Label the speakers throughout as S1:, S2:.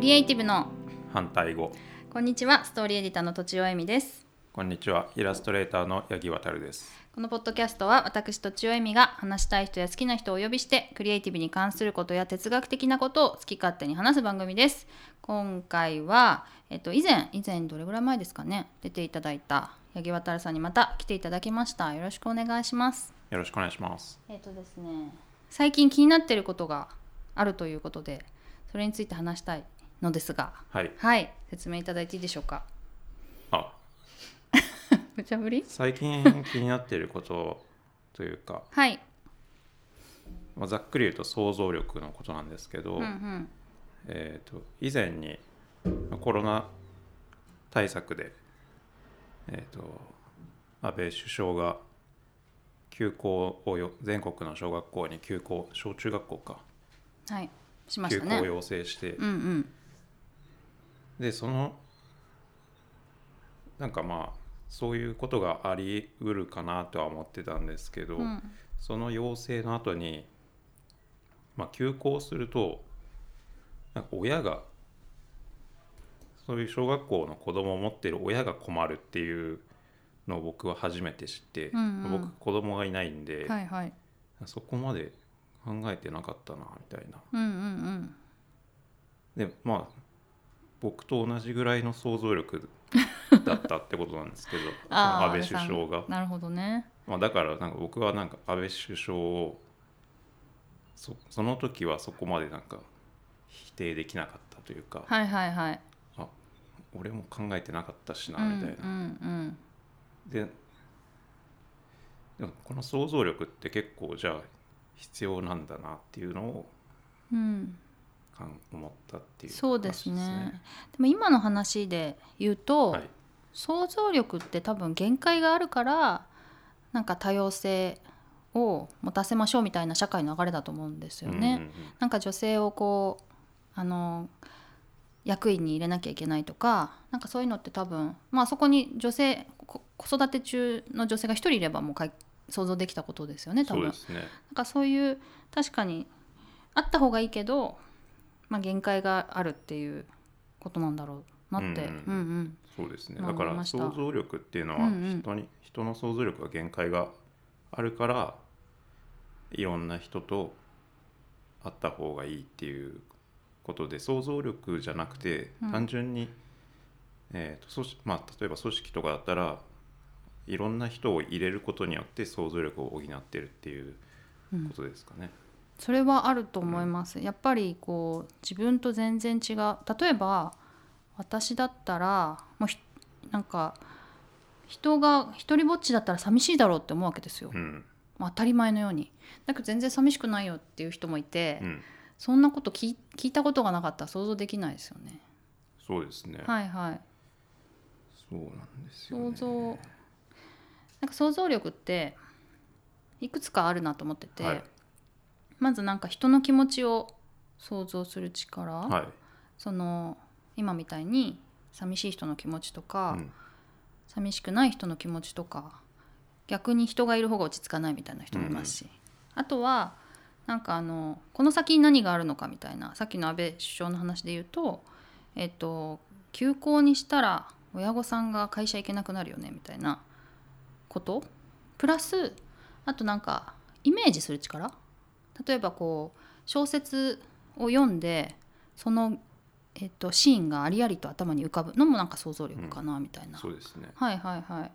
S1: リエイティブの
S2: 反対語
S1: こんにちはストーリーエディターのとちおえみです
S2: こんにちはイラストレーターの八木渉です
S1: このポッドキャストは私とちおえみが話したい人や好きな人をお呼びしてクリエイティブに関することや哲学的なことを好き勝手に話す番組です今回は、えっと、以前以前どれぐらい前ですかね出ていただいた八木渉さんにまた来ていただきましたよろしくお願いします
S2: よろしくお願いします
S1: えっとですね最近気になっていることがあるということでそれについて話したいのですが
S2: はい
S1: はい説明いただいていいでしょうか
S2: あ
S1: 無茶ぶり
S2: 最近気になっていることというか、
S1: はい、
S2: まあ、ざっくり言うと想像力のことなんですけど、
S1: うんうん、
S2: えー、と以前にコロナ対策で、えー、と安倍首相が休校をよ全国の小学校に休校小中学校か
S1: はいしまし
S2: 休
S1: た
S2: 校を
S1: ね
S2: 要請して、
S1: うんうん
S2: でそのなんかまあそういうことがありうるかなとは思ってたんですけど、
S1: うん
S2: その要請の後にまあ、休校するとなんか親がそういう小学校の子供を持ってる親が困るっていうのを僕は初めて知って、
S1: うんうん
S2: 僕子供がいないんで、
S1: はいはい
S2: そこまで考えてなかったなみたいな
S1: うんうん
S2: でまあ僕と同じぐらいの想像力だったってことなんですけど
S1: うん あー
S2: 安倍首相が
S1: 安倍さん、なるほどね
S2: まあ、だからなんか僕はなんか安倍首相をそその時はそこまでなんか否定できなかったというか、
S1: はいはいはい
S2: あ俺も考えてなかったしな
S1: うん
S2: みたいな。
S1: うん
S2: ででもこの想像力って結構じゃあ必要なんだなっていうのを
S1: うんうん
S2: かん思ったっていう
S1: そうですねでも今の話で言うと、
S2: はい、
S1: 想像力って多分限界があるからなんか多様性を持たせましょうみたいな社会の流れだと思うんですよね。
S2: うんうんうん
S1: なんか女性をこうあの役員に入れなきゃいけないとかなんかそういうのって多分まあそこに女性こ子育て中の女性が一人いればもうかい想像できたことですよね多
S2: そう
S1: 分な
S2: で
S1: ん
S2: すね。
S1: かそういう確かにあった方がいいけど、まあ、限界があるっていうことなんだろうなって、
S2: う
S1: うんん
S2: う
S1: うん
S2: うん
S1: ん
S2: そうですね。
S1: まあ
S2: だか
S1: 思い
S2: ら
S1: ました
S2: 想像力っていうのは人
S1: う
S2: に、
S1: んうん
S2: 人の想像力は限界があるからいろんな人と会った方がいいっていうことで想像力じゃなくて
S1: うん
S2: 単純に、えーと組織まあ例えば組織とかだったらいろんな人を入れることによって想像力を補ってるっていう
S1: うん
S2: ことですかね。
S1: それはあると思います、やっぱりこう自分と全然違う例えば私だったらもうひなんか人が一人ぼっちだったら寂しいだろうって思うわけですよ、
S2: うん、
S1: まあ当たり前のようにだけど全然寂しくないよっていう人もいて、
S2: うん、
S1: そんなこと聞い聞いたことがなかったら想像できないですよね
S2: そうですね。
S1: はいはい
S2: そうなんですよ、ね。
S1: 想像なんか想像力っていくつかあるなと思ってて、
S2: はい
S1: まずなんか人の気持ちを想像する力、
S2: はい。
S1: その今みたいに寂しい人の気持ちとか、
S2: うん
S1: 寂しくない人の気持ちとか逆に人がいる方が落ち着かないみたいな人もいますし、あとはなんかあのこの先に何があるのかみたいなさっきの安倍首相の話で言うと,、えっと休校にしたら親御さんが会社行けなくなるよねみたいなことプラスあとなんかイメージする力例えばこう小説を読んでその、えっと、シーンがありありと頭に浮かぶのもなんか想像力かなみたいな、
S2: そうですね。
S1: はいはいはい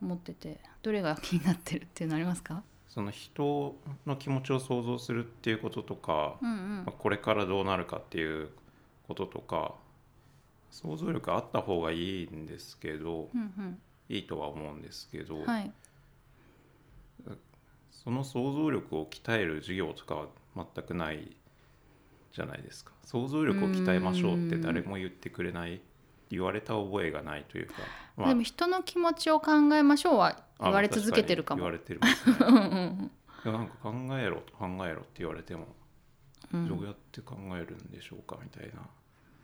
S1: 思っててどれが気になってるっていうのありますか
S2: その人の気持ちを想像するっていうこととか、
S1: うんう
S2: まあ
S1: ん
S2: これからどうなるかっていうこととか想像力あった方がいいんですけど
S1: うん
S2: いいとは思うんですけど、
S1: うんはい
S2: その想像力を鍛える授業とかは全くないじゃないですか想像力を鍛えましょうって誰も言ってくれない言われた覚えがないというか、まあ
S1: でも人の気持ちを考えましょうは
S2: あ
S1: 言われ続けてるかも
S2: 確かに言われてる
S1: うんうん
S2: いやなんか考えろ考えろって言われても、
S1: うん
S2: どうやって考えるんでしょうかみたいな。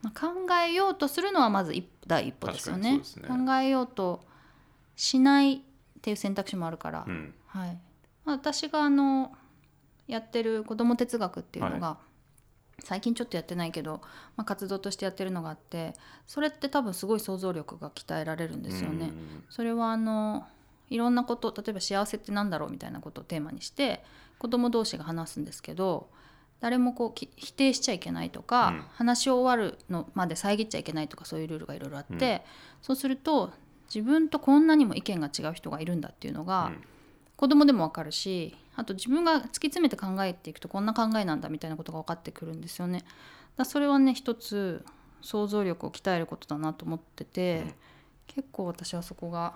S1: まあ考えようとするのはまず一第一歩ですよね
S2: 確かにそうですね
S1: 考えようとしないっていう選択肢もあるから、
S2: うん
S1: はい、まあ私があのやってる子ども哲学っていうのが、最近ちょっとやってないけど、まあ、活動としてやってるのがあってそれって多分すごい想像力が鍛えられるんですよね。
S2: うん
S1: それはあのいろんなこと例えば幸せってなんだろうみたいなことをテーマにして子供同士が話すんですけど誰もこうき否定しちゃいけないとか、
S2: うん
S1: 話を終わるのまで遮っちゃいけないとかそういうルールがいろいろあって、そうすると自分とこんなにも意見が違う人がいるんだっていうのが、
S2: うん
S1: 子供でもわかるしあと自分が突き詰めて考えていくとこんな考えなんだみたいなことが分かってくるんですよね。だからそれはね一つ想像力を鍛えることだなと思ってて、
S2: うん
S1: 結構私はそこが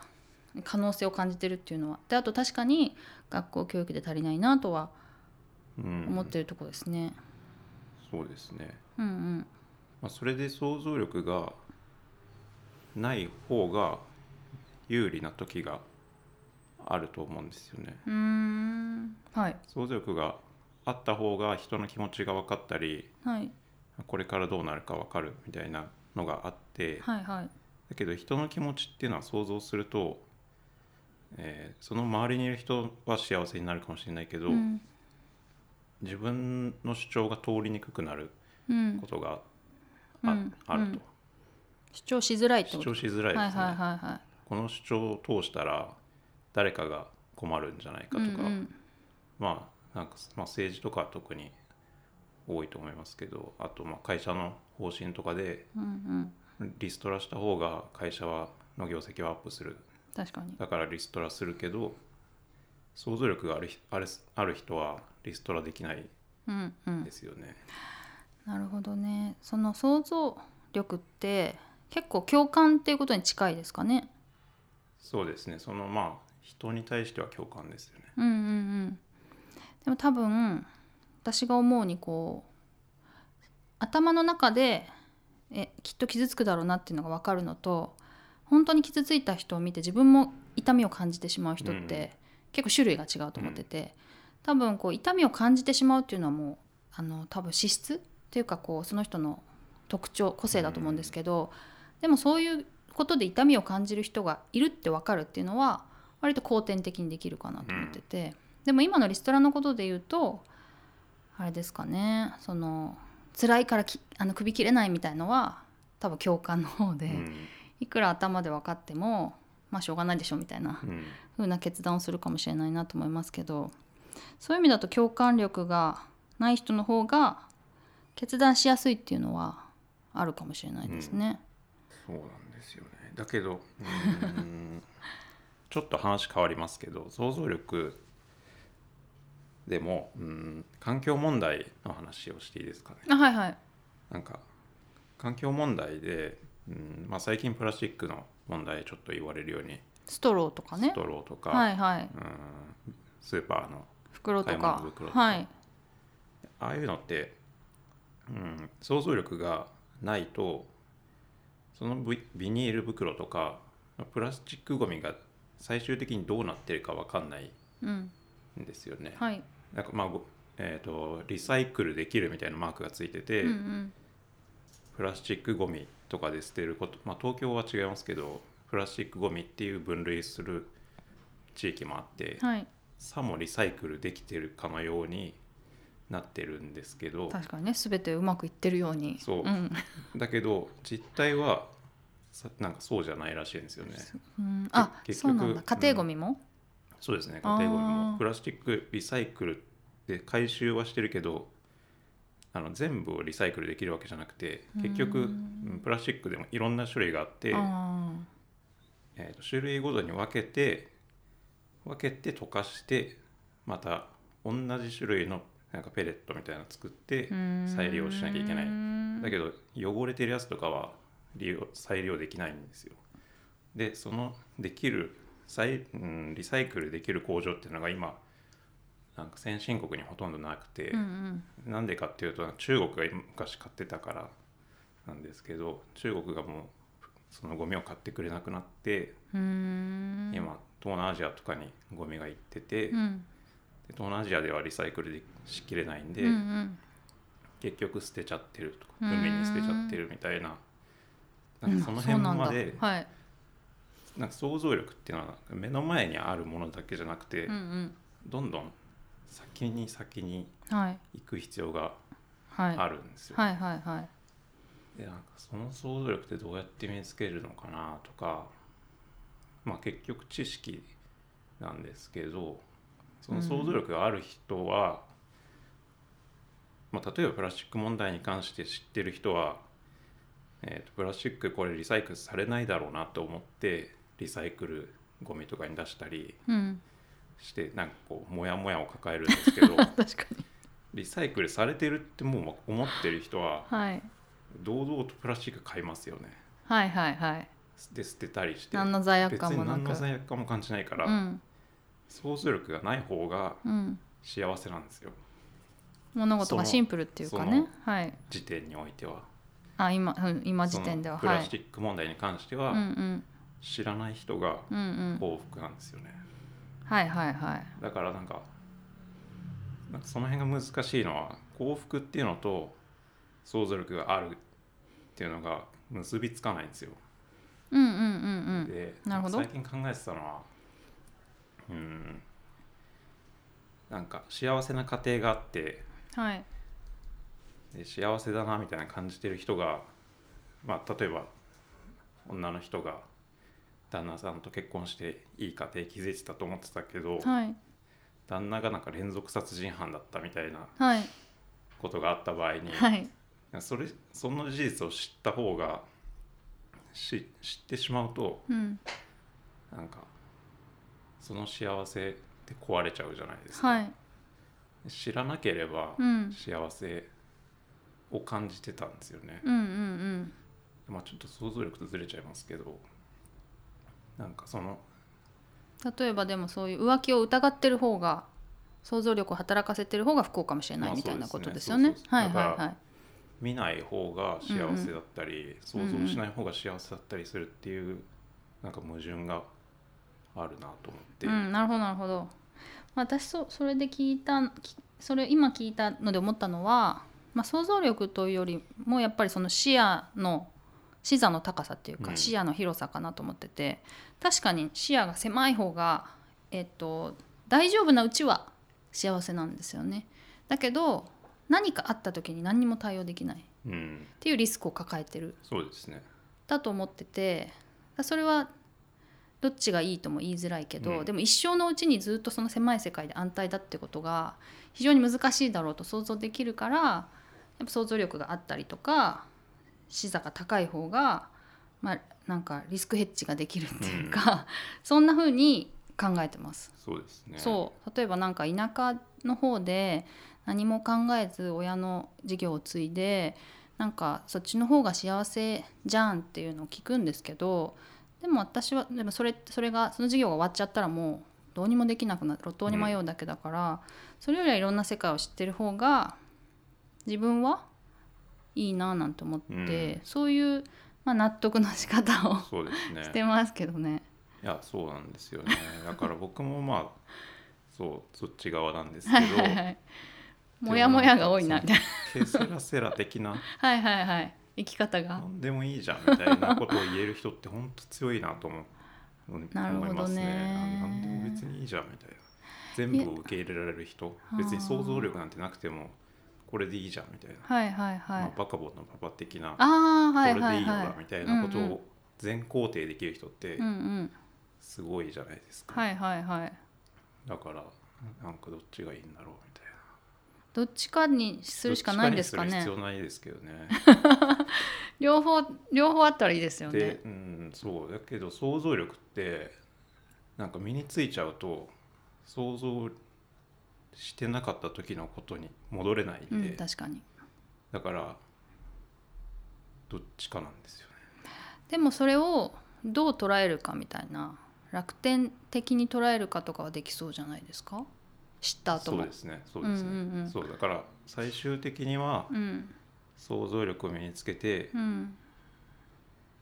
S1: 可能性を感じてるっていうのはであと確かに学校教育で足りないなとは
S2: うん
S1: 思ってるとこですね。
S2: そうですね、
S1: うんうん
S2: まあ、それで想像力がない方が有利な時があると思うんですよね
S1: うーんはい
S2: 想像力があった方が人の気持ちが分かったり
S1: はい
S2: これからどうなるか分かるみたいなのがあって
S1: はいはい
S2: だけど人の気持ちっていうのは想像すると、えーその周りにいる人は幸せになるかもしれないけど、
S1: うん
S2: 自分の主張が通りにくくなる
S1: うん
S2: ことが
S1: う
S2: あ,、
S1: ん
S2: あると、
S1: 主張しづらいってこ
S2: 主
S1: と
S2: 張しづらい
S1: は
S2: で
S1: い
S2: すね、
S1: はいはいはい
S2: この主張を通したら誰かが困るんじゃないかとか、
S1: うんうん
S2: まあなんか、まあ、政治とかは特に多いと思いますけどあとまあ会社の方針とかで
S1: うんうん、
S2: リストラした方が会社はの業績はアップする
S1: 確かに
S2: だからリストラするけど想像力があるひあるある人はリストラできない
S1: うんうん
S2: ですよね。
S1: なるほどねその想像力って結構共感っていうことに近いですかね
S2: そうですねそのまあ人に対しては共感ですよね。
S1: うんうんうんでも多分私が思うにこう頭の中でえきっと傷つくだろうなっていうのが分かるのと本当に傷ついた人を見て自分も痛みを感じてしまう人っ
S2: うんうん
S1: て結構種類が違うと思ってて、多分こう痛みを感じてしまうっていうのはもうあの多分資質っていうかこうその人の特徴個性だと思うんですけど、でもそういうことで痛みを感じる人がいるって分かるっていうのは割と後天的にできるかなと思ってて、でも今のリストラのことで言うとあれですかねその辛いからきあの首切れないみたいのは多分共感の方で、
S2: うん
S1: いくら頭で分かってもまあしょうがないでしょみたいな
S2: うん
S1: 風な決断をするかもしれないなと思いますけどそういう意味だと共感力がない人の方が決断しやすいっていうのはあるかもしれないですね。
S2: そうなんですよねだけどうーんちょっと話変わりますけど想像力でもうーん環境問題の話をしていいですかね
S1: あはいはい。
S2: なんか環境問題でうーん、まあ、最近プラスチックの問題ちょっと言われるように
S1: ストローとかね
S2: ス。トローとか、。
S1: はいはいう
S2: ーんスーパーの
S1: 袋と
S2: 買い
S1: か
S2: 物袋。とか
S1: はい。
S2: ああいうのって、うん、想像力がないとそのビビニール袋とかプラスチックごみが最終的にどうなってるかわかんない
S1: うん。
S2: んですよね。
S1: はい。
S2: なんかまあごえー、とリサイクルできるみたいなマークがついてて、
S1: うんうん。
S2: プラスチックごみとかで捨てること、まあ、東京は違いますけどプラスチックごみっていう分類する地域もあって、
S1: はい。
S2: さもリサイクルできてるかのようになってるんですけど
S1: 確かにね全てうまくいってるように。。
S2: そうんだけど実態はさなんかそうじゃないらしいんですよね。
S1: うんあ
S2: 結
S1: そうなん
S2: 結
S1: だ。
S2: 局
S1: 家庭ゴミも。
S2: そうですね家庭ゴミ
S1: あー
S2: もプラスチックリサイクルで回収はしてるけどあの全部をリサイクルできるわけじゃなくて結局
S1: うん
S2: うんプラスチックでもいろんな種類があって、
S1: あ
S2: えーと種類ごとに分けて分けて溶かしてまた同じ種類のなんかペレットみたいなの作って
S1: あ。
S2: 再利用しなきゃいけない
S1: い
S2: だけど汚れてるやつとかは利用再利用できないんですよ。でそのできる再、うん、リサイクルできる工場っていうのが今なんか先進国にほとんどなくて
S1: うんう、ん。
S2: なんでかっていうと中国が昔買ってたからなんですけど中国がもうそのゴミを買ってくれなくなって、
S1: うーん。
S2: 今東南アジアとかにゴミが行ってて、
S1: う
S2: で
S1: ん。
S2: 東南アジアではリサイクルでしきれないんで、
S1: うんうん
S2: 結局捨てちゃってるとか
S1: うーん
S2: 海に捨てちゃってるみたいななんかその
S1: う
S2: 辺
S1: んそうなんだ
S2: まで
S1: はい
S2: なんか想像力っていうのは目の前にあるものだけじゃなくて、
S1: うん
S2: どんどん先に先に
S1: うんはい
S2: 行く必要が
S1: はい
S2: あるんですよ。
S1: はいはいはい
S2: でなんかその想像力ってどうやって身につけるのかなとか、まあ、結局知識なんですけどその想像力がある人は、まあ、例えばプラスチック問題に関して知ってる人は、えーとプラスチックこれリサイクルされないだろうなと思ってリサイクルゴミとかに出したり
S1: うん
S2: してなんかこうモヤモヤを抱えるんですけど
S1: 確かに
S2: リサイクルされてるってもう思ってる人は
S1: はい
S2: 堂々とプラスチック買いますよね。
S1: はいはいはい
S2: で捨てたりして
S1: 何の罪悪
S2: 別
S1: 感も
S2: に
S1: な
S2: 何
S1: く
S2: の罪悪感も感じないから、
S1: うん
S2: 想像力がない方が
S1: うん
S2: 幸せなんですよ
S1: 物事がシンプルっていうかねはい
S2: 時点においては
S1: あ今うん今時点では
S2: その
S1: は
S2: プラス
S1: い
S2: チック問題に関して
S1: う
S2: は、
S1: んうん
S2: 知らない人が
S1: うんうん
S2: 幸福なんですよね、
S1: はいはいはい
S2: だからなんかなんかその辺が難しいのは幸福っていうのと想像力があるっていうのが結びつかないんですよ、
S1: うんうんうんうん
S2: で
S1: なるほど
S2: 最近考えてたのはうんなんか幸せな家庭があって
S1: はい
S2: で幸せだなみたいな感じてる人が、まあ、例えば女の人が旦那さんと結婚していい家庭築いてたと思ってたけど、
S1: はい
S2: 旦那がなんか連続殺人犯だったみたいな
S1: はい
S2: ことがあった場合に、
S1: はい
S2: それその事実を知った方がし知ってしまうと
S1: うん
S2: なんかその幸せって壊れちゃうじゃないですか。
S1: はい
S2: 知らなければ
S1: うん
S2: 幸せを感じてたんですよね。
S1: うんうん
S2: まあちょっと想像力とずれちゃいますけどなんかその
S1: うん例えばでもそういう浮気を疑ってる方が想像力を働かせてる方が不幸かもしれな
S2: ま
S1: い
S2: あ
S1: みたいなことですよ
S2: そう
S1: ね
S2: ですね
S1: はい
S2: だ
S1: はい
S2: か
S1: はい
S2: 見ない方が幸せだったり、
S1: うん
S2: 想像しない方が幸せだったりするっていうなんか矛盾があるなと思って、
S1: うん、なるほどなるほど、まあ、私そそれで聞いたきそれ今聞いたので思ったのは、まあ、想像力というよりもやっぱりその視野の視座の高さっていうか、
S2: うん
S1: 視野の広さかなと思ってて確かに視野が狭い方が、えっと、大丈夫なうちは幸せなんですよねだけど何かあった時に何にも対応できないっ
S2: うん
S1: ていうリスクを抱えてる
S2: そうですね
S1: だと思っててそれはどっちがいいとも言いづらいけど、
S2: うん
S1: でも一生のうちにずっとその狭い世界で安泰だってことが非常に難しいだろうと想像できるからやっぱ想像力があったりとか視座が高い方が、まあ、なんかリスクヘッジができるっていうか、そんな風に考えてます。
S2: そうですね
S1: そう例えばなんか田舎の方で何も考えず親の事業を継いでなんかそっちの方が幸せじゃんっていうのを聞くんですけどでも私はでもそれそれがその事業が終わっちゃったらもうどうにもできなくなる路頭に迷うだけだから、それよりはいろんな世界を知ってる方が自分はいいななんて思って、
S2: うん
S1: そういう、まあ、納得の仕方を
S2: そうですね
S1: してますけどね。
S2: いやそうなんですよねだから僕もまあそうそっち側なんですけど
S1: はい はいはい。もやもやが多いなみたいな。
S2: ケセラセラ的な
S1: はいはいはい生き方が
S2: 何でもいいじゃんみたいなことを言える人って本当強いなと思う
S1: なるほどね
S2: 思いますね。何でも別にいいじゃんみたいな全部を受け入れられる人
S1: や
S2: 別に
S1: あー
S2: 想像力なんてなくてもこれでいいじゃんみたいな、
S1: はいはいはい、
S2: まあ、バカボンのパパ的なこ
S1: ああは
S2: れ
S1: い
S2: でいい
S1: はい
S2: よ
S1: は
S2: ないみたいなこと
S1: うんうん
S2: を全肯定できる人って
S1: うんうん
S2: すごいじゃないですか、
S1: はいはいはい
S2: だからなんかどっちがいいんだろうみたいな
S1: どっちかにするしかないんですか
S2: どっちに
S1: ね
S2: する必要ないですけどね
S1: 両方両方あったらいいですよね
S2: で、うん、そうだけど想像力ってなんか身についちゃうと想像してなかった時のことに戻れない
S1: うんん
S2: で、
S1: 確かに
S2: だからどっちかなんですよね。
S1: でもそれをどう捉えるかみたいな楽天的に捉えるかとかはできそうじゃないですか知った後
S2: そ
S1: も
S2: うですねそうですね、
S1: うんうんうん
S2: そうだから最終的には
S1: うん
S2: 想像力を身につけて、
S1: うん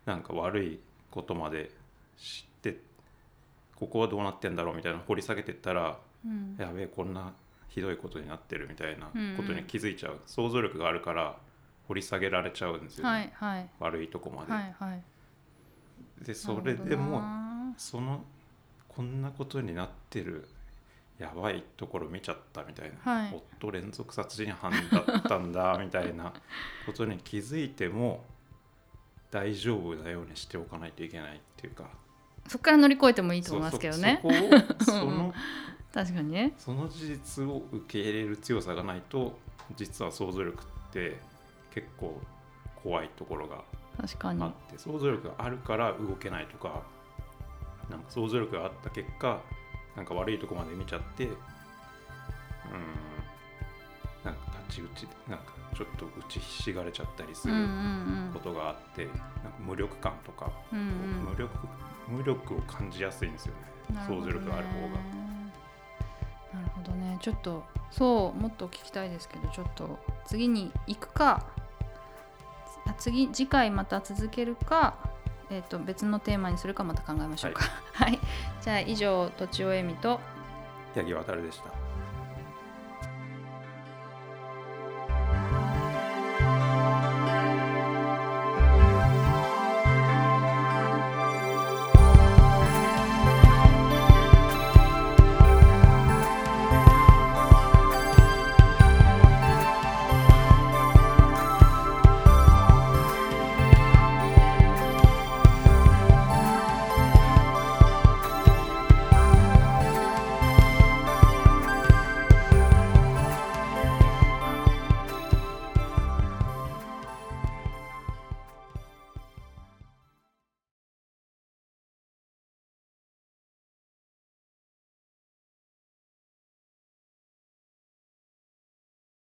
S2: なんか悪いことまで知ってここはどうなってんだろうみたいなの掘り下げてったら
S1: うん
S2: やべえこんなひどいことになってるみたいな
S1: うんうん
S2: ことに気づいちゃう、想像力があるから掘り下げられちゃうんですよね、
S1: はいはい
S2: 悪いとこまで、
S1: はいはい
S2: でそれで
S1: なる
S2: も
S1: ほどな
S2: そのこんなことになってるやばいところ見ちゃったみたいな、
S1: はい
S2: 夫連続殺人犯だったんだみたいな ことに気づいても大丈夫なようにしておかないといけないっていうか
S1: そこから乗り越えてもいいと思いますけどね
S2: そうそそこをそ の
S1: 確かにね
S2: その事実を受け入れる強さがないと実は想像力って結構怖いところが
S1: 確かに
S2: あって想像力があるから動けないとかなんか想像力があった結果なんか悪いとこまで見ちゃってうーんなんか立ち打ちなんかちょっと打ちひしがれちゃったりす
S1: うん
S2: る
S1: うん
S2: ことがあって、なんか無力感とか、
S1: うんうん
S2: 無力無力を感じやすいんですよね
S1: うんなるほ
S2: 想
S1: どね
S2: 像力がある方が。
S1: なるほどねちょっとそうもっと聞きたいですけどちょっと次に行くかあ次次回また続けるか、えー、と別のテーマにするか また考えましょうかはい、じゃあ以上とちおえみと
S2: 八木渉でした